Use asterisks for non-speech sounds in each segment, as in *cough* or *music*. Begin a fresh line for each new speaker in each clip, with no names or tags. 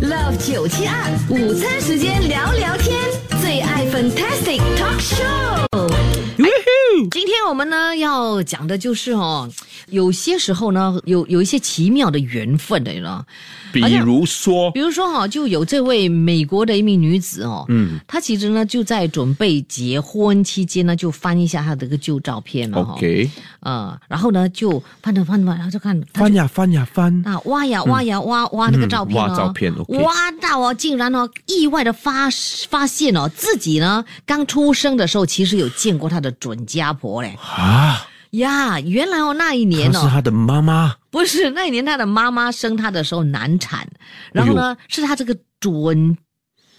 Love 九七二午餐时间聊聊天，最爱 Fantastic Talk Show。今天我们呢要讲的就是哦，有些时候呢，有有一些奇妙的缘分的呢。
比如说
比，如说哈、就有这位美国的一名女子哦，
嗯，
她其实呢就在准备结婚期间呢，就翻一下她的个旧照片嘛哈、
，OK，
呃，然后呢就翻着翻着，然后就看她
翻呀翻呀翻，
啊，挖呀挖呀挖挖那个照片、哦
嗯挖照片，OK
挖到哦，竟然哦意外的发发现哦，自己呢刚出生的时候其实有见过她的准家婆嘞
啊，
呀，原来哦那一
她
年
是
哦
他的妈妈，
不是那一年她的妈妈生她的时候难产，然
哎
后呢、是她这个准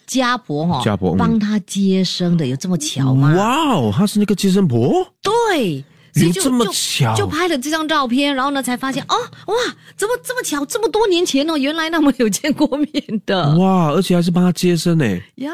家婆哈、哦、
家婆嗯
帮她接生的，有这么巧吗？
哇哦，她是那个接生婆，
对，所
有
以就
这么
就
巧
就拍了这张照片，然后呢才发现哦，哇，怎么这么巧？这么多年前哦，原来那么有见过面的
哇，而且还是帮她接生呢
呀！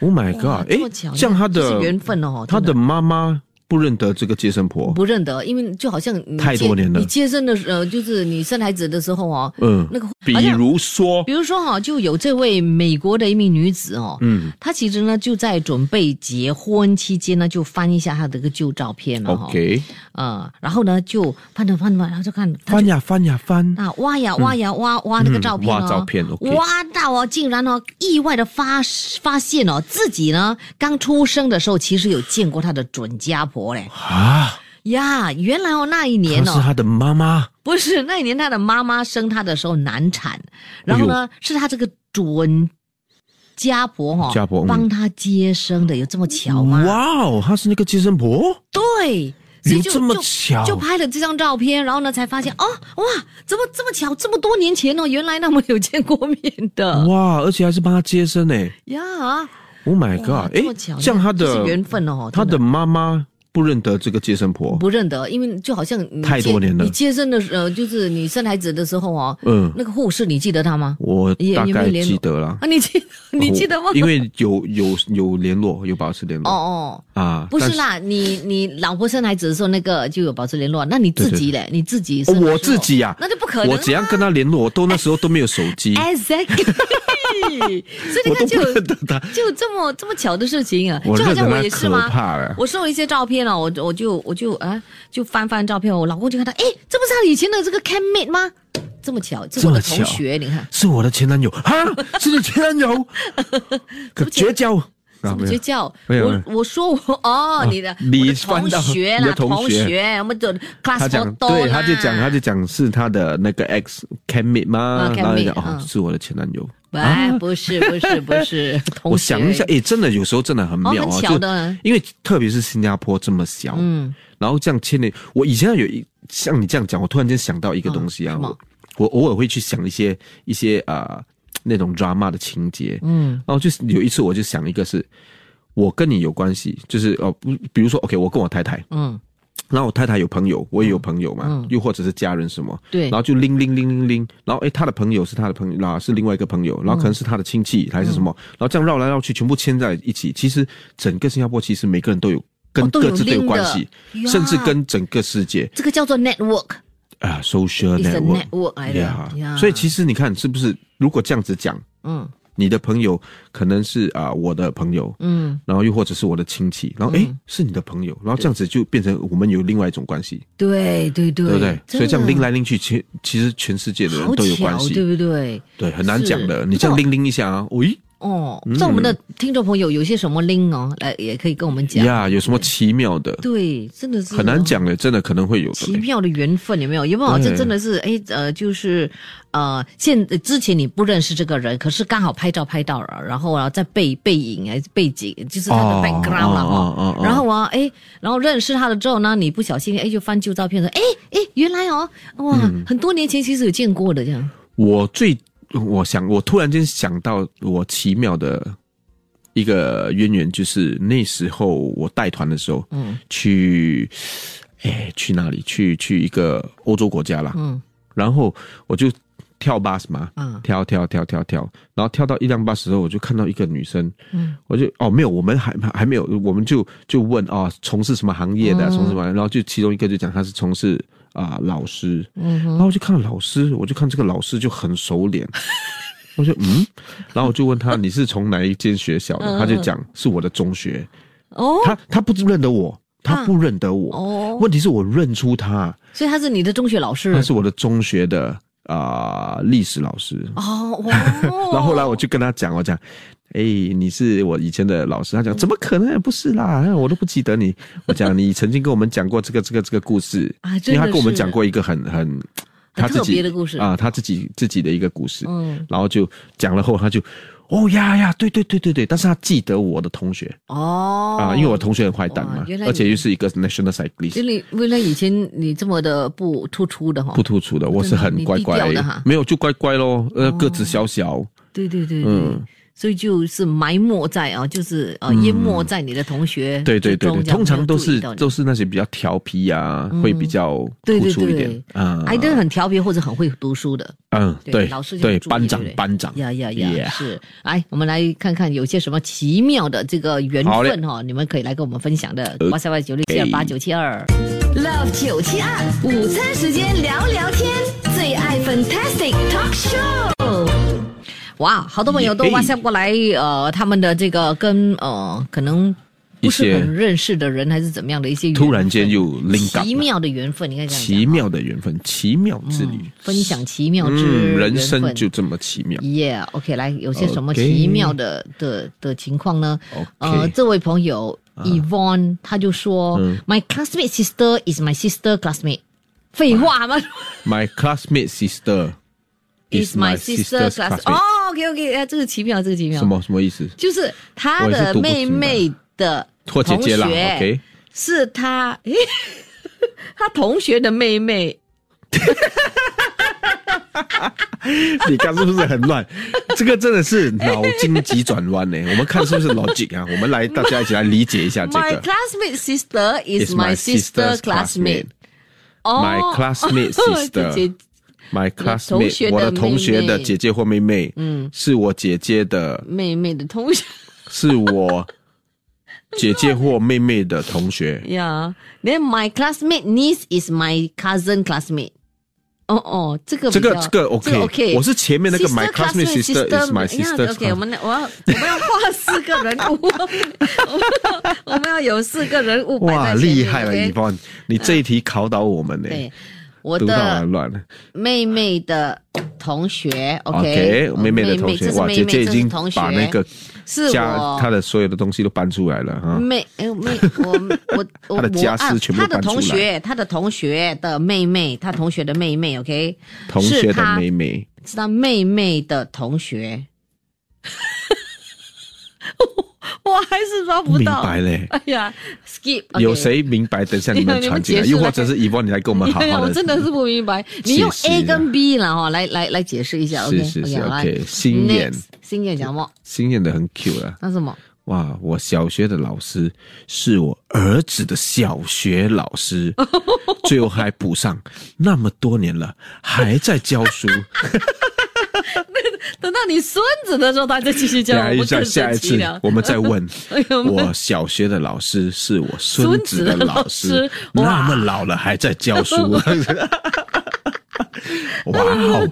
，Oh my
哇
god，
这
诶
么巧，
像她
这
的
是缘分哦
她
真
的妈妈不认得这个接生婆，
不认得，因为就好像你
太
接
多年了
你接生的时候，呃就是你生孩子的时候哦，
嗯
那个
比
好像
如说
比，如说哈、就有这位美国的一名女子哦，
嗯
她其实呢就在准备结婚期间呢，就翻一下她的个旧照片嘛哈、
，OK，
呃，然后呢就翻着翻着，然后就看她就
翻呀翻呀
*laughs*
翻，
啊，挖呀挖呀挖挖那个照片、哦
嗯挖照片，OK
挖到哦，竟然哦，意外的发发现哦，自己呢刚出生的时候其实有见过他的准家婆
*laughs*
嘞
啊，
呀，原来哦那一
她
年
是
哦，
她的妈妈，
不是那一年他的妈妈生他的时候难产，然后
哎
呢、是他这个准家婆哈、哦，
家婆嗯
帮他接生的，有这么巧吗？
哇哦，她是那个接生婆，
对。所以
有
就
这么
就
巧，
就拍了这张照片，然后呢，才发现哦，哇，怎么这么巧？这么多年前哦，原来那么有见过面的
哇，而且还是帮她接生呢
呀！
，Oh my
哇
god，
这
诶
么巧，，
像她
这
的
是缘分哦，
她的
真
妈妈不认得这个接生婆，
不认得，因为就好像你
太
接
多年了
你接生的时候，就是你生孩子的时候哦，
嗯
那个护士你记得他吗？
我
也
大
也没
概
有联
记
络
得啦
啊，。你记你记得吗
我？因为有有有联络，有保持联
哦
络
哦。
啊，
不是
但
啦，你你老婆生孩子的时候，那个就有保持联络。那你自己嘞？你自己生的时候
哦我自己呀、啊
那就不可能啦。啊哎
我怎样跟他联络？我都那时候都没有手机， *laughs*
Exactly，所以你
我
看
都
就
不
有
认得他。
就这么这么巧的事情啊，
我
就好
认
像
得
我也
他
是
可
吗？
怕啊了。
我收了一些照片了，我我就我就啊就翻翻照片，我老公就看到，哎，这不是他以前的这个 cam mate 吗？这么巧，这是我的
这么
同
巧
学，你看，
是我的前男友啊，是你前
*laughs*
男友，可绝交
是
啊！
不
没
是就
有，
叫
没有
我我说我哦，你的
你
我的同
啊翻到
学啦，
你的同
同
学
学，我们的 class
他
photo
讲对，
啦
他就讲他就讲是他的那个 ex c a m m i t 吗
啊？，Ken
然后就
Meet，
讲哦，
嗯
是我的前男友。
哎，不是不是不是，
啊 *laughs* 我
同学
想一下，诶，真的有时候真的很妙
哦很
啊，就
巧的
因为特别是新加坡这么小，
嗯，
然后这样牵连。我以前有一像你这样讲，我突然间想到一个东西
嗯
啊，
什么
我我偶尔会去想一些一些啊、呃那种 drama 的情节，
嗯，
然后就是有一次我就想一个是，我跟你有关系，就是哦不，比如说 OK，我跟我太太，
嗯，
然后我太太有朋友，我也有朋友嘛，又或者是家人什么，
对
然后就拎拎拎拎拎，然后诶，他的朋友是他的朋友，啦是另外一个朋友，然后可能是他的亲戚还是什么，
嗯
然后这样绕来绕去，全部牵在一起。其实整个新加坡其实每个人都有跟
哦都有
各自都有
拎的
关系，
呀
甚至跟整个世界
这个叫做 network，
啊 social
It's a
network
network 来的呀
所以其实你看是不是？如果这样子讲，
嗯
你的朋友可能是啊、我的朋友，
嗯，
然后又或者是我的亲戚，然后诶，是你的朋友，然后这样子就变成我们有另外一种关系。
对对对，
对不对？
真
所以这样
的
拎来拎去，其其实全世界的人
好
都有关
巧，对
系，
不对？
对，很难讲
是
的。你这样拎拎一下啊，喂
哦，不知道我们的听众朋友有些什么拎哦，来也可以跟我们讲。
呀，有什么奇妙的？
对，真的是哦
很难。讲的，真的可能会有的
奇
嘞。
妙的缘分有没有？有没有？
对
这真的是哎呃，就是呃，现之前你不认识这个人，可是刚好拍照拍到了，然后啊，在背背影哎背景，就是他的
哦
background 了
哦哦
哈
哦。哦
然后啊哎，然后认识他了之后呢，你不小心哎就翻旧照片说哎哎，原来哦哇，
嗯
很多年前其实有见过的这样。
我最，我想，我突然间想到我奇妙的一个渊源，就是那时候我带团的时候，
嗯
去，哎，去哪里？去去一个欧洲国家啦，
嗯
然后我就跳 bus 嘛，
啊
跳跳跳跳跳，然后跳到一辆 bus 的时候，我就看到一个女生，
嗯
我就哦没有，我们还还没有，我们就就问啊、哦，从事什么行业的，从事什么，
嗯
然后就其中一个就讲他是从事啊、老师，
嗯哼
然后我就看到老师，我就看这个老师就很熟脸，我说嗯，然后我就问他你是从哪一间学校的，
嗯
他就讲是我的中学，
哦，
他他不认得我，他不认得我，
啊哦嗯
问题是我认出他，
所以他是你的中学老师
他。是我的中学的啊、历史老师，
哦，哇
*laughs* 然后后来我就跟他讲，我讲，哎、你是我以前的老师。他
嗯
讲，怎么可能？不是啦，哎我都不记得你。我讲，你曾经跟我们讲过这个、这个、这个故事
啊真的
因为他跟我们
是
讲过一个很很他自
特
己
别的故事
啊、他自己自己的一个故事。
嗯，
然后就讲了后，他就，哦呀呀，对对对对对，但是他记得我的同学
哦
啊、因为我同学很坏蛋
哇
嘛
原，来
而且
你
又是一个 national
就
cyclist，
你为了以前你这么的不突出的哈，
不突出的，我是
真的
很
你
乖
低
乖
调的哈，哦
没有就乖乖咯，呃，个子小小，
对对对对，
嗯
所以就是埋没在啊，就是啊淹没在你的同学
对对
之
对
中
对，
这样
通常都
没有注
是
意到你
都是那些比较调皮啊，会比较
对
突
对
出一点
对
啊。
哎，都是很调皮或者很会读书的，
嗯，
对
对，
老师就
对
很注意
班长
对不对
班长，
呀呀呀，
Yeah
是。哎，我们来看看有些什么奇妙的这个缘
好嘞
分哈，你们可以来跟我们分享的。哇塞哇，九六七二八九七二，Love 九七二，午餐时间聊聊天，最爱 Fantastic Talk Show。哇，好多朋友都
耶
w h 过来，呃，他们的这个跟呃，可能不
一
是
些
很认识的人，还是怎么样的一些缘分，
突然间又 link up
奇
了
妙的缘分，你看这样讲
奇妙的缘分，奇妙之旅
嗯，分享奇妙之
嗯，人
缘
生
分
就这么奇妙。
Yeah，OK，、来，有些什么
OK
奇妙的的的情况呢
OK 啊
呃，这位朋友 Yvonne，他就说、m
嗯
y classmate sister is my sister classmate。”废话吗
My classmate sister
？Is my sister
sister's
class？哦，OK，OK，哎，这个奇妙，这个奇妙，
什？么什么意思？
就是他
我也
的
是读不
妹
清的
妹的
或姐姐啦
同学
，OK，
是他，诶 *laughs* 他同学的妹妹。
*laughs* 你看是不是很乱？这个真的是脑筋急转弯呢。我们看是不是 logic 啊？我们来大家一起来理解一啊下这
My
个。
classmate sister is
Is
my
my
sister
sister's
classmate
classmate。
哦
My classmate
*laughs* 这 *laughs*
sister
姐
My
同学
classmate，
的
我的同学
妹
的
妹
姐姐或妹妹，嗯，是我姐姐的，
妹妹的同学
是我姐姐或妹妹的
*laughs*
同学。
呀。Then my classmate niece is my cousin classmate。哦哦，这个
这个
比较
这个 OK，
OK。
我是前面那个 my classmate sister is my
sister。
sister's
OK，我们来我要我们要画四个人
*laughs*
物，我们要我们要有四个人物摆在
哇，
前面
厉害了
OK？
e v o n 你这一题考倒我们呢，
对，我
读到很
的
乱了。
妹妹的同学
OK，
，OK，哦
妹妹的
这
同学，
是
哇，
妹
姐
妹
姐已
这是
经
同学
把那个
是
家
我
她的所有的东西都搬出来了哈。
妹，哎妹，我
*laughs*
我我
他啊的家私全部
我啊他的
搬出来
同学，他的同学的妹妹，他同学的妹妹，OK，
同学
是
的
他
妹妹，
是他妹妹的同学。 *laughs* 我我还是抓不
明
到。
白嘞。
哎呀，skip，、
有？谁明白？等一下你们
*laughs* 你们
传进来，
解释
又
来
或者是 e v o n 你来跟我们
*laughs*
好
哎呀，
好
我
的
真的是不明
*laughs*
白。你用
解释
A
一下
跟 B 了哈，来来来解释一下。
是
OK，
是是
OK，好来
OK，心眼
Next，心眼讲什么？
心艳的很 Q 了。
那什
*laughs*
么？
哇，我小学的老师是我儿子的小学
*laughs*
老师，最后还补上，那么多年了还在教书。
等到你孙子的时候，他再继续教
下
我
一
们
下
更
下
神
一
奇
次
了。
我们再问
*laughs* 哎呦，
我小学的老师是我孙子
孙
的老
子的老
师
师，哇
那么老了还在教书。啊
*laughs*
哇
哎
哦，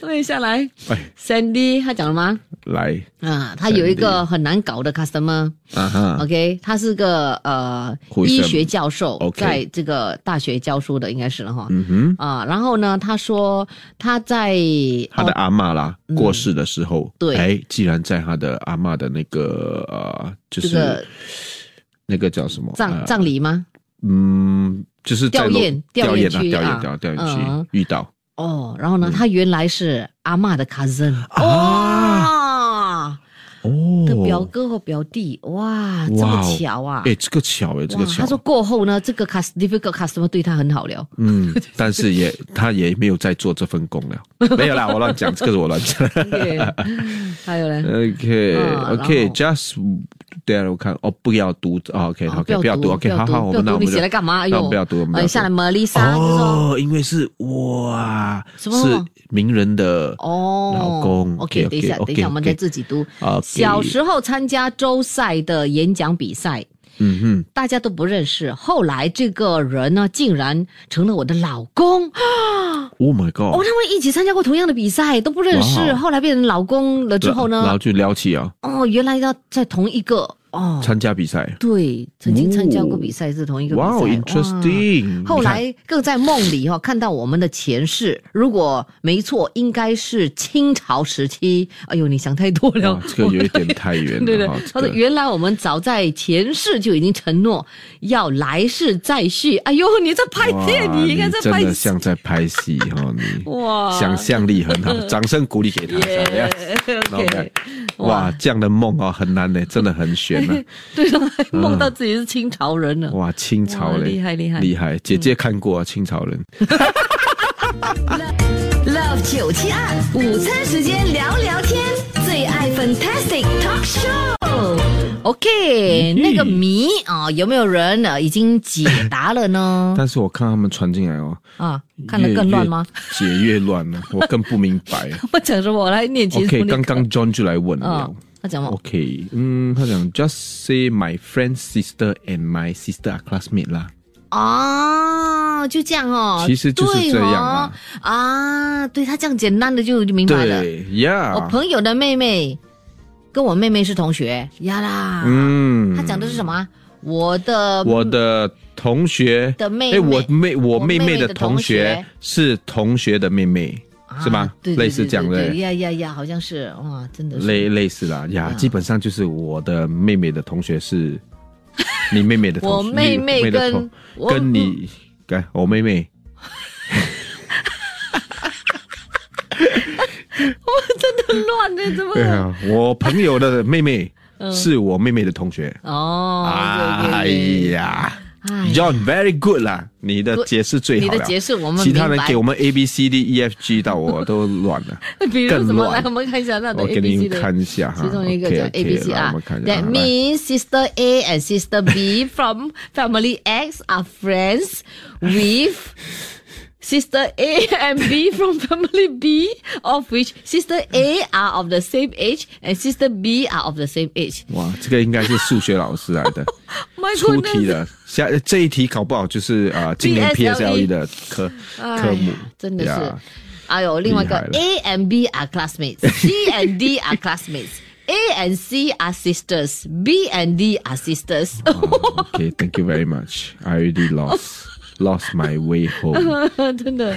对，下来
哎，
，Sandy 他讲了吗？
来
啊，他有一个很难搞的 customer。
啊哈，
OK，他是个呃
护士
医学教授
OK
在这个大学教书的，应该是了哈。嗯哼。啊，然后呢，他说他在
他的
哦
阿嬷啦过世的时候，
对
哎，既然在他的阿嬷的那个呃，就
这个
是那个叫什么
葬
呃
葬礼吗？
嗯，就是在
吊
楼
唁吊
吊
唁
唁啊，
区
吊
啊
唁吊吊唁
嗯
区遇到
哦，然后
嗯
呢，他原来是阿嬷的 cousin。
啊
哇
哦
的表哥或表弟，哇，这
哇
么
哦
巧啊！
哎，这个巧哎，这
哇
个，巧。
他说过后呢，这个 cust difficult customer 对他很好
*laughs*
了。 *laughs*
嗯，但是也他也没有再做这份工了， *laughs* 没有啦，我乱讲，这个是我
*laughs*
乱讲。
还有呢，
OK
嗯
OK
然后
just 对啊，我看哦，不要读啊，OK
啊
OK，不要读，OK，好好，我
不要
们那
读，
我
你
们
写
就
来干嘛？哎
那我
呦，
们不要读，我们不
哎
要
下来
读。
玛丽莎就说
哦，因为是哇，
什
是
么
名人的
哦，
老公
OK，
OK，OK，
等一下，
OK，啊
等一下，我们再
OK
自己读。
OK
小时候参加州赛的演讲比赛，
嗯哼，
大家都不认识。后来这个人呢，竟然成了我的老公。
，Oh my
哦，
God，
他们一起参加过同样的比赛，都不认
哇
识，
哦
后来变成老公了之后
然后
呢，
就聊起啊，
哦，原来要在同一个哦，
参加比赛。
对，曾经参加过比赛是同一个比赛。
哇哦
哇
，interesting！
后
嗯你看
来更在梦里哈、哦、看到我们的前世，如果没错，应该是清朝时期。哎呦，你想太多了
哇，，哦这个有一点太远了。
*laughs* 对对
哈，
他说
这个
原来我们早在前世就已经承诺要来世再续。哎呦，你在拍电
哇
影，应该在
真
拍
的像在拍戏哈，你
哇
想象力
*laughs*
很好，掌声鼓励给他。
耶
OK，
*laughs* OK，
哇，这样的梦啊很难呢，真的很悬
*laughs*
呢。
对了，还梦
嗯
到自己是清朝人了。
哇，清朝
哇
人
厉害厉害嗯
厉害，姐姐看过啊，清朝人。
Love 九七二午餐时间聊聊天，最爱 Fantastic Talk Show。OK，、那个谜啊、有没有人呃已经解答了
*laughs*
呢？
但是我看他们传进来哦，
啊，看得更乱吗？
越？越解越乱
*laughs*
了，我更不明白。啊
我讲什么？我来念 *laughs* 其实
OK，刚刚 John 就来问
啊、
了。
他讲什么？
OK，嗯，他讲 Just say my friend's sister and my sister are classmate 啦。
哦，就这样哦，
其实就是这样啊
对哦啊，对他这样简单的就明白了。
对，Yeah，啊
我朋友的妹妹跟我妹妹是同学呀啦，
嗯
他讲的是什么啊？我的
我的同学
的妹嗯妹
诶我妹我妹
我妹妹的
的同
同
学
学
是同学的妹妹，
啊
是吗？
对对
类似
对
这样
对，对嗯
的。
呀呀呀，好像是哇，真的是。
类类似啦呀，基本上就是我的妹妹的同
*laughs*
学是你妹妹的同学，
我妹妹
你的
跟
同
我嗯
跟你，跟我妹妹，
我真的 *laughs* 乱呢，怎么
对？啊，我朋友的
*laughs*
妹妹是我妹妹的同学。
哦，
哎
嗯对，
呀
对哎呀
，John very good 啦，你的
Good，
解释最好
你
了。
的解释我们
其他人
明白，
给我们 A B C D E F G 到我都乱了
比如
更
什么？来，
乱
我们看一下那的
我
A
哦给
B
你
C 的。
看一下哈，
其中一个叫 A B C
啊，
啊
我们看一下
，That
啊。来
means sister A and sister
*laughs*
B from family X are friends with sister A and B from family B, of which sister A are of the same age and sister B are of the same age. Oh
哇，这个应该是数学老师来
*laughs*
的
My
出题
goodness，
的，下这一题考不好就是啊，呃今年
PSLE
PSLE 的科
E 哎
科目
呀，真的是
呀，
哎呦，另外一个
厉
A and B are classmates, C and D are classmates. A and C are sisters. B and D are sisters.
o k thank you very much. I already lost lost my way home.
*laughs* 真的，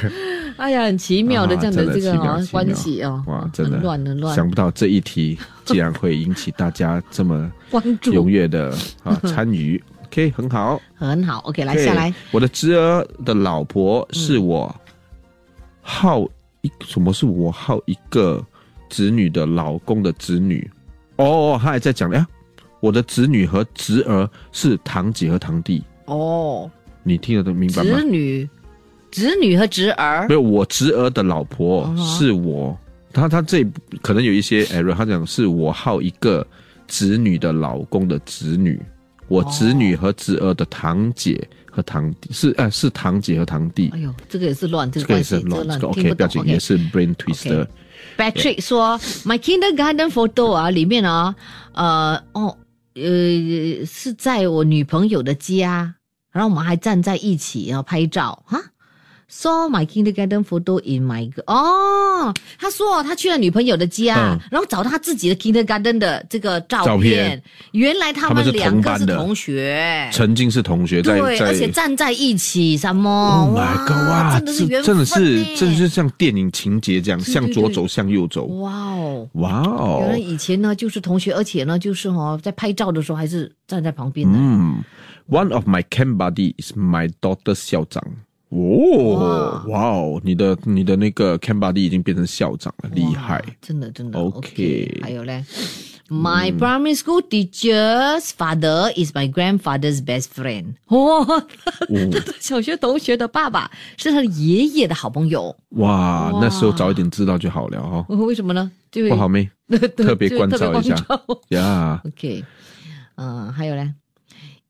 哎呀，很奇妙的
啊
这样的这
真
个
奇妙
哦
奇妙
关系哦，
哇，真的
很乱很
想
乱，
不到这一题竟然会引起大家这么
关注
踊跃的
*laughs*
啊参与。OK，很好。
很好。OK，来
对
下来，
我的侄儿的老婆是我好一什么是我好一个侄女的老公的侄女。哦，哦他还在讲哎呀，我的侄女和侄儿是堂姐和堂弟，
哦，
你听得懂明白吗
侄？女、侄女和侄儿
没，有，我侄儿的老婆
嗯哼
是我，他他这可能有一些 error，他讲是我好一个侄女的老公的侄女，我侄女和侄儿的堂姐和堂弟是呃是堂姐和堂弟
哎。呦，这个也是乱，这
这
个
个
关
也是
系，
很
这个
乱，这
乱
个，
听
OK，
不
不要
懂。
紧，
OK
也是 brain twister。
Patrick 说，My kindergarten photo 啊，里面啊，呃，哦，呃，是在我女朋友的家，然后我们还站在一起要拍照哈。Saw my kindergarten photo in my g- 哦，他说他去了女朋友的家，
嗯
然后找到他自己的 kindergarten 的这个照片，
照片
原来他
他们是
两
同
个
班
是
的
同学。
曾经是同学，在
对，
在
而且站在一起，什么
Oh my
哇
god！哇
真的是
这
缘
真的是
分，呢
真的是像电影情节这样，
对
向左
对
走，向右走。
哇哦！
哇哦！
原来以前呢就是同学，而且呢就是哦，在拍照的时候还是站在旁边的。
嗯，One of my camp buddy is my daughter 校长。哦，哇哦，你的你的那个 camp buddy 已经变成校长了，厉害
哇！真的真的。
OK 嗯
还有嘞，My primary school teacher's father is my grandfather's best friend。哇，
哦
*laughs* 他的小学同学的爸爸是他的爷爷的好朋友。 *laughs*
哇，
哇
那时候早一点知道就好了哈、哦，
为什么呢？因为 *laughs*
不好妹特别关照一
特
下
别关照 *laughs*
呀。
OK，嗯、还有嘞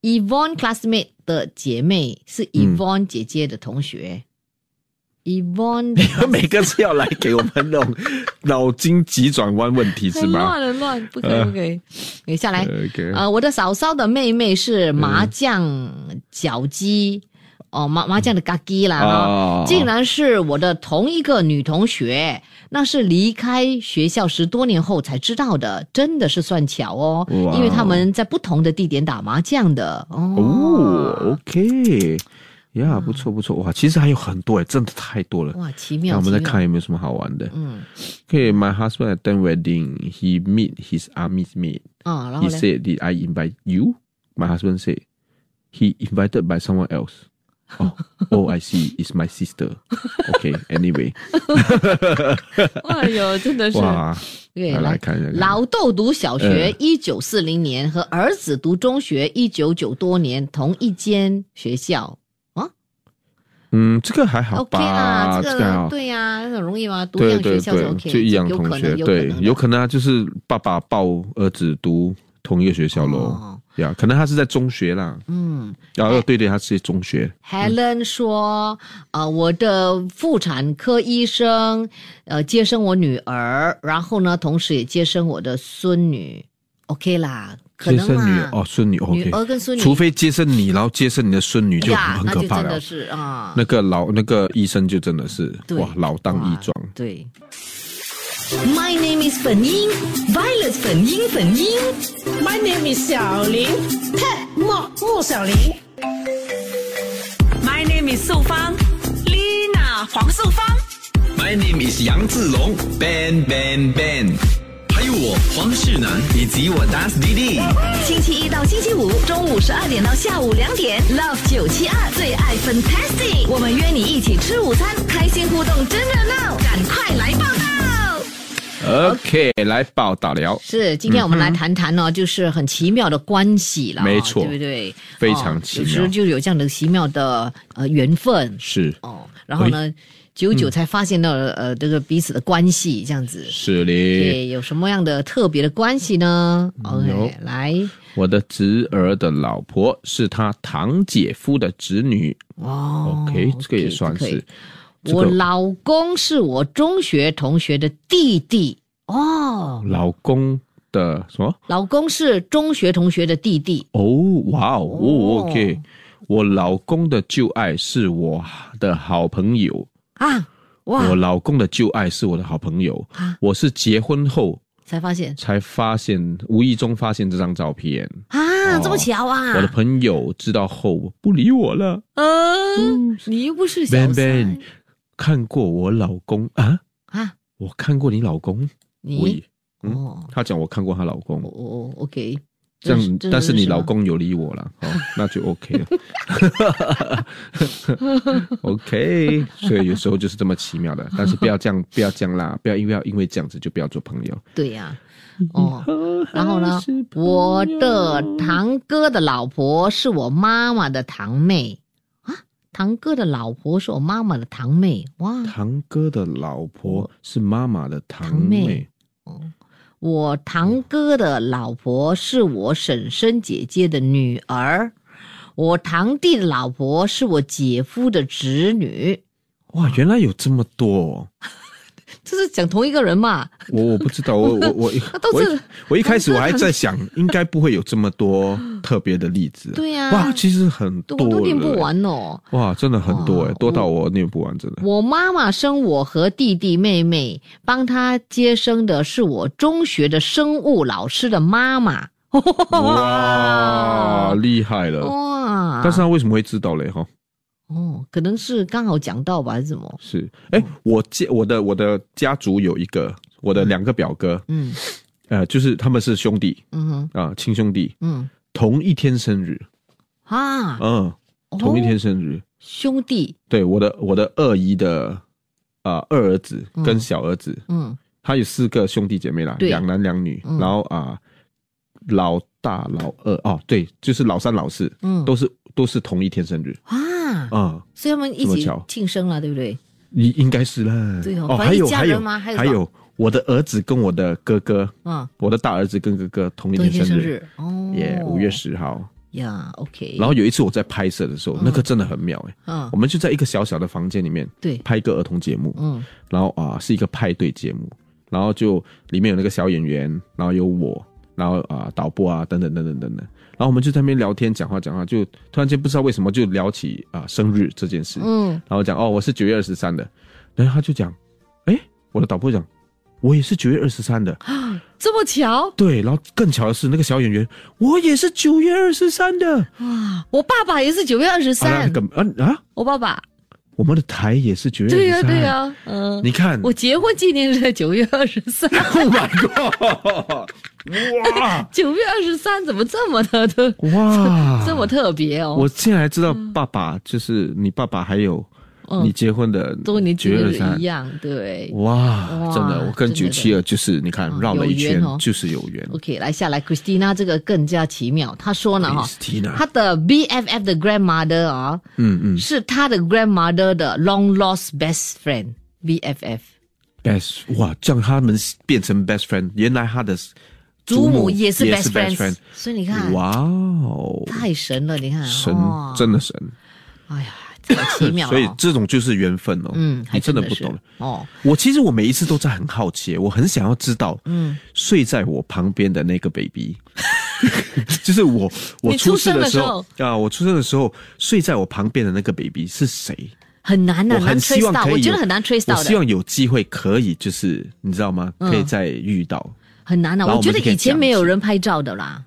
，Evon classmate 的姐妹是 Evon 姐姐的同学、
*laughs*
Evon
你们每个是要来给我们那种脑筋急转弯问题是
很
吗
乱很乱，不可以不可以，给下来。
？OK，
呃，我的嫂嫂的妹妹是麻将脚鸡，哦，麻麻将的嘎鸡啦、
哦
竟然是我的同一个女同学，那是离开学校十多年后才知道的，真的是算巧哦，
哇哦
因为他们在不同的地点打麻将的哦。
哦，OK，呀，不错不错，哇，其实还有很多哎，真的太多了。
哇，奇嗯
那
妙！
我们再
奇妙
看有没有什么好玩的。
嗯
Okay, my husband attend wedding. He meet his army's mate.
啊，然后
He
嘞，
said, "Did I invite you?" My husband said, "He invited by
*laughs*
someone else." Oh, oh, I see. It's my sister. Okay.
*laughs*
Anyway,
*laughs* 哎呦，真的是，
哇，
*laughs* 对，
来来
来。
看一下。看
老豆读小学
嗯，
一九四零年，和儿子读中学，一九九多年，同一间学校。
嗯，这个还好
OK
吧？
啦，
这
这
个还好
个。对呀，很容易嘛，读一
对
样学
对
校就
对，
OK，
就一样同学，对，有
可
可能他啊就是爸爸抱儿子读同一个学校
能的
喽，
哦
呀，可能他是在中学啦，
嗯
然后对对，他是中学，
，Helen 说，呃，我的妇产科医生，呃，接生我女儿，然后呢，同时也接生我的孙女，OK 啦，可
接
能
生女
啦，
哦，孙女
女
OK，
儿跟孙女，
除非接生你，然后接生你的孙女就
呀，
很
那
可
就
怕
真
了
的。是啊，
那个老那个医生就真的是
对
哇，老当益壮。
对。My name is 粉英，Violet 粉英粉英。
My name is 小林，Ted 莫莫小林。
My name is 素芳，Lina 黄素芳。
My name is 杨志龙，Ben Ben Ben，还有我黄世南以及我 Das Didi。
星期一到星期五中午十二点到下午两点，Love 九七二最爱 Fantastic，我们约你一起吃午餐，开心互动真热闹，赶快来报道！
OK，来报道了，
是，今天我们来谈谈呢、就是很奇妙的关系了，
嗯没错
对不对？
非常奇
哦
妙
有时候就有这样的奇妙的呃缘分
是
哦，然后
哎
呢，久
嗯
久才发现到了、呃这个彼此的关系这样子。
是嘞，
对，有什么样的特别的关系呢
哎有
？OK，来，
我的侄儿的老婆是他堂姐夫的侄女。
哦
OK，这个也算
可以
是。这个
我老公是我中学同学的弟弟哦，
老公的什么？
老公是中学同学的弟弟
哦，哇哦
哦
哦，OK，我老公的旧爱是我的好朋友。
啊！哇，
我老公的旧爱是我的好朋友
啊，
我是结婚后
才发现
才发现，无意中发现这张照片。
啊，
哦
这么巧啊！
我的朋友知道后不理我了。
嗯，你又不是小
Ben
三
Ben，看过我老公啊？
啊，
我看过你老公？
你
喂嗯
哦，
他讲我看过她老公
我，我 OK，
这
真
样
真的
但是你
什么
老公有理我了，
*laughs*
哦，那就 OK 了。OK，所以有时候就是这么奇妙的，但是不要这样，不要这样啦，不要因为要因为这样子就不要做朋友。
对呀，哦。然后呢，我的堂哥的老婆是我妈妈的堂妹啊，堂哥的老婆是我妈妈的堂妹，哇，
堂哥的老婆是妈妈的堂
堂妹
妹，
我堂哥的老婆是我婶婶姐姐的女儿，我堂弟的老婆是我姐夫的侄女，
哇，原来有这么多、哦，
这是讲同一个人嘛？
我我不知道，我我我
*laughs* 都
我
是
一我一开始我还
*laughs*
在想，应该不会有这么多特别的例子，
对呀
哇，其实很
都
多，
我都念不，完哦。
哇，真的很多
哇
哎，多到我念不完，真的，
我妈妈生我和弟弟妹妹，帮她接生的是我中学的生物老师的妈妈。
哇，厉害
哦
了！
哇！
但是他为什么会知道嘞？哈，
哦，可能是刚好讲到吧，还是什么？
是，
哦
哎，我家我的我的家族有一个，我的两个表哥，
嗯
呃，就是他们是兄弟
嗯哼
啊，亲兄弟，
嗯
同一天生日，
啊，
嗯，同一
哦
天生日。
兄弟，
对，我的我的二姨的呃二儿子跟小儿子，
嗯
他有四个兄弟姐妹啦，
对
两男两女，
嗯
然后啊、老大老二哦，对，就是老三老四、
嗯，
都是都是同一天生日
啊，
啊，
所以他们一
这么
起
巧
庆生了，对不对？
你、应该是啦，
对哦
哦，
反正
还有
一家
还
人
有
吗还有
还
什么
有我的儿子跟我的哥哥，
啊，
我的大儿子跟哥哥同一
同一
天
天
生
生
日，
日哦，
耶，五、月十号，
呀，OK，
然后有一次我在拍摄的时候，那个真的很妙哎、
嗯
我们就在一个小小的房间里面，
对
拍一个儿童节目，
嗯
然后啊、是一个派对节目，然后就里面有那个小演员，然后有我，然后啊、导播啊等等等等等等，然后我们就在那边聊天讲话讲话，就突然间不知道为什么就聊起啊、生日这件事，
嗯，
然后讲哦我是九月二十三的，然后他就讲，哎我的导播讲我也是九月二十三的，
这么巧
对，然后更巧的是那个小演员我也是九月二十三的，
哇！我爸爸也是九月二十
啊那
三，
个啊啊
我爸爸，
我们的台也是九月
对呀
二十三，
对呀，嗯，
你看
我结婚纪念日在九月二十
*laughs*
三，
，Oh my God，哇！
九月二十三怎么这么的的，
哇
这么特别哦？
我现在知道爸爸就是你爸爸，还有
嗯
你结婚的
都跟你
九
节
月二
日
十三
一。样，对。
哇
哇，
真的，我跟
真
九
的
七二就是你看
嗯
绕了一
有
圈
缘哦，
就是有缘。
OK，来下来，Christina 这个更加奇妙，她说呢哈，
Christina
她的 BFF 的 grandmother 啊，
嗯嗯
是她的 grandmother 的 long lost best friend BFF。
，best 哇，这样他们变成 best friend，原来他的
祖母
母
也是 best
best
friends，所以你看，
哇哦，
太神了！你看，
神
哦
真的神，
哎呀，这么奇妙、哦。
*laughs* 所以这种就是缘分哦。
嗯，还
你真的不
是
懂。
哦。
我其实我每一次都在很好奇，我很想要知道，嗯，睡在我旁边的那个
*laughs*
baby，就是我我
你出
世
生的
的
时
时
候
候啊，我出生的时候睡在我旁边的那个 baby 是谁？
很难
我
啊，难
很希
trace
望
到，
可以有，
我觉得很难 trace 到
我希
的，嗯
望有机会可以，就是你知道吗？可以再遇到，
很难啊。
然后
我
我
觉
们
得
就可以
以前
讲
没有
一些
人拍照的啦，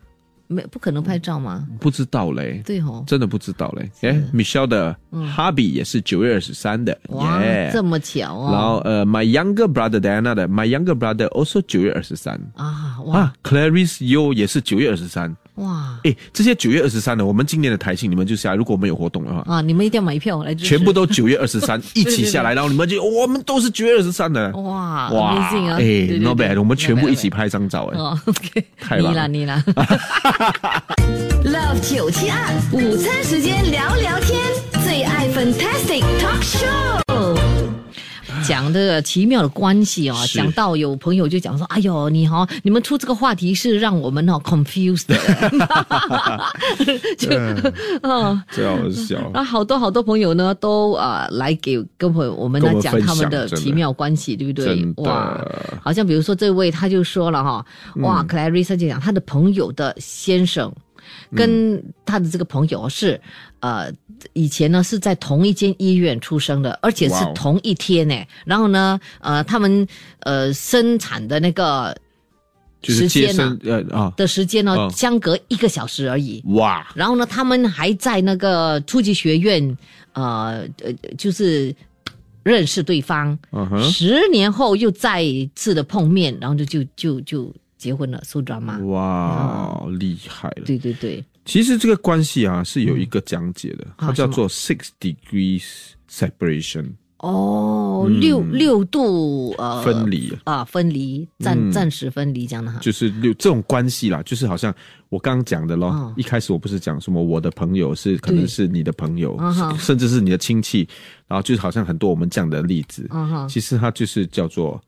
没不可能拍照嘛。
不知道嘞，
对哦，
真的不知道嘞。哎，Michelle 的 hobby 也是九月二十三的，
嗯哇
耶
这么巧哦。
然后呃，My younger brother Diana 的 My younger brother also 九月二十三。
啊，哇
啊，Clarice Yo 也是九月二十三。
哇
哎，这些九月二十三的，我们今年的台庆，你们就下来，如果我们有活动的话，
啊！你们一定要买票来支持，
全部都九月二
*laughs*
十三一起下来，然后你们就哦我们都是九月二十三的。
哇
哇，
amazing 啊！对
哎
对对
，no bad，我们全部一起。
对
拍张照，哎
no bad，no bad，哦，OK，
*laughs* 太
你
棒
啦
了
你啦 *laughs* ，Love 九七二午餐时间聊聊天，最爱 Fantastic Talk Show。讲的奇妙的关系哦，
是
讲到有朋友就讲说：“哎呦，你哦，你们出这个话题是让我们哦 confused
*laughs*
的，就嗯。”
最好笑。
啊，好多好多朋友呢，都呃来给跟朋友我们
跟
来
我们
讲
分
他们
享
的
真的
奇妙关系， *laughs* 对不对
真？的
哇，好像比如说这位他就说了哈，
嗯
哇、c l a r i s s a 就讲他的朋友的先生跟他的这个朋友是、呃以前呢是在同一间医院出生的，而且是
哇哦
同一天呢。然后呢，呃，他们呃生产的那个
就是接
时间
生呃啊，
的时间呢，
嗯
相隔一个小时而已。
哇，
然后呢，他们还在那个初级学院，呃呃，就是认识对方。
嗯哼，
十年后又再一次的碰面，然后就就就就结婚了，苏转嘛。
哦哇，厉害了。
啊对对对，
其实这个关系啊是有一个讲解的，它叫
嗯什么
做 six degrees separation
哦，六六度呃
嗯分离啊。嗯
啊，分离暂暂时分离这样的哈。
就是六这种关系啦，就是好像我刚刚讲的咯。
嗯
一开始我不是讲什么我的朋友是可
对
能是你的朋友
嗯哼，
甚至是你的亲戚，然后就是好像很多我们这样的例子，
嗯哼，
其实它就是叫做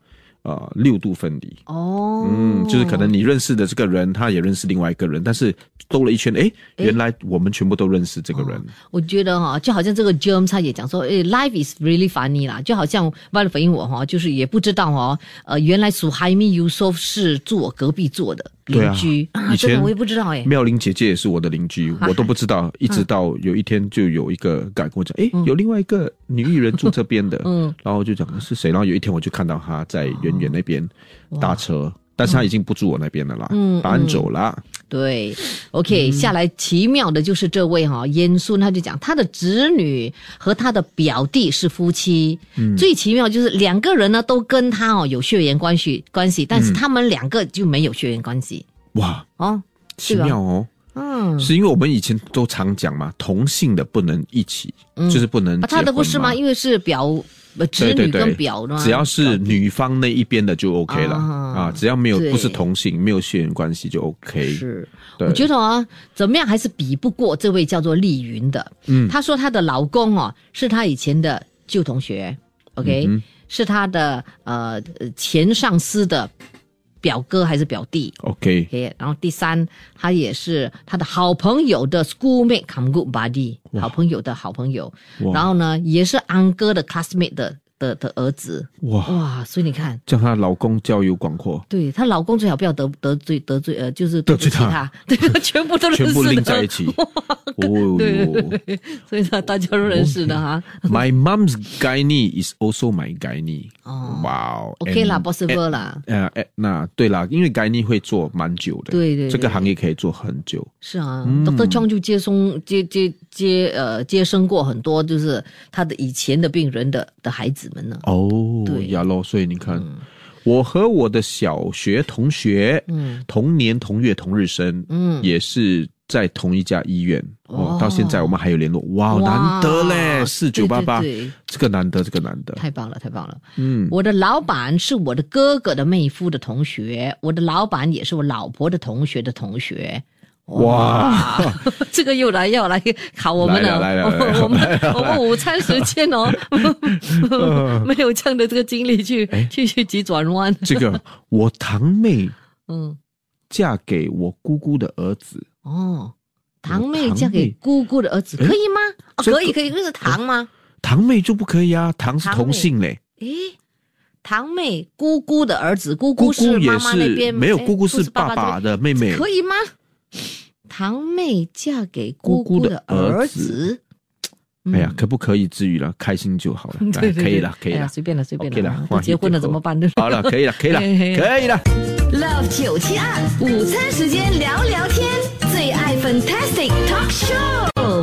呃六度分离。
哦，
嗯，就是可能你认识的这个人，他也认识另外一个人，但是兜了一圈，诶，原来我们全部都认识这个人。
我觉得哈、就好像这个 James 他也讲说，诶、l i f e is really funny 啦，就好像为了反映我哈、就是也不知道哦，呃，原来苏海米 Yusuf 是住我隔壁座的
对
邻
啊
居，真
以前
的我也不知道哎诶。
妙玲姐姐也是我的
*laughs*
邻居，我都不知道，一直到有一天就有一个改跟我讲，诶，有另外一个女艺人住这边的，
*laughs* 嗯
然后我就讲是谁，然后有一天我就看到她在远远那边搭车，但是她已经不住我那边了啦，
哦嗯
搬走啦，
对，OK，、下来奇妙的就是这位哈、燕孙，他就讲他的侄女和他的表弟是夫妻，最奇妙就是两个人呢都跟他哦有血缘关系关系，但是他们两个就没有血缘关系、
哇，
哦，
奇妙哦，
嗯，
是因为我们以前都常讲嘛，同性的不能一起，就是不能
啊，他的不是吗？
为
因为是表呃侄女跟表的嘛，
只要是女方那一边的就 OK 了
啊
啊，只要没有
对
不是同性，没有血缘关系就 OK。
是。
对
我觉得啊，怎么样还是比不过这位叫做丽云的。嗯，她说她的老公哦是她以前的旧同学，OK，、是她的呃呃前上司的表哥还是表弟。
OK，
OK，然后第三，他也是他的好朋友的 schoolmate come good buddy，好朋友的好朋友。
哇
然后呢，也是安哥的 classmate 的的的儿子。
哇，
哇，所以你看，
这样她老公交友广阔，
对她老公最好不要得得罪得罪呃，就是对
得
不
罪
起
他
他， *laughs* 对，全部都认识的，
全部拎在一起。哦
对对
哟
对对， *laughs* 所以呢，大家都认识的哈。
，My mom's guy knee is also my guy knee。
哦
哇哦
OK 啦
and-
，possible 啦，
呃，哎，那对啦，因为该你会做蛮久的，
对对
这个嗯
对
行业可以做很久。
是啊，Dr. Chong 就接送接接接呃接生过很多，就是他的以前的病人的的孩子们呢。
哦，
对
呀咯，所以你看，我和我的小学同学，
嗯
同年同月同日生，
嗯，
也是在同一家医院。哦
哦，
到现在我们还有联络，哇，
哇
难得嘞，四
对
九八八
对对，
这个难得，这个难得。
太棒了，太棒了。
嗯，
我的老板是我的哥哥的妹夫的同学，我的老板也是我老婆的同学的同学。
哇，
*laughs* 这个又来又来考我们
来了来了来了
我
*laughs*
们我们午餐时间哦，没有这样的这个精力去
哎
去去急转弯。
这个我堂妹
嗯，
嫁给我姑姑的儿子，
哦，堂妹
堂
嫁给
妹
姑姑的儿子
哎
可以吗？哦，
这个
可以可以，那是堂吗？
堂妹就不可以啊，堂是
堂妹
同性嘞，
诶，堂妹姑姑的儿子，姑
姑
姑是
姑也
妈妈那
是
边
没有，
哎
姑姑
不
是爸
爸
爸
这边
的妹妹，
可以吗？堂妹嫁给
姑姑
姑
的儿
儿
子
子，
哎呀，可不可以至于了，开心就
*laughs*
好了，哎
嗯对对对
可以了，可以
哎呀哎
了，
随便了随便
OK
了
啦
都结婚了怎么办呢
好了，可以了，
*laughs*
可以了，
嘿嘿嘿
可以了。
Love 九七二午餐时间聊聊天，最爱 Fantastic Talk Show。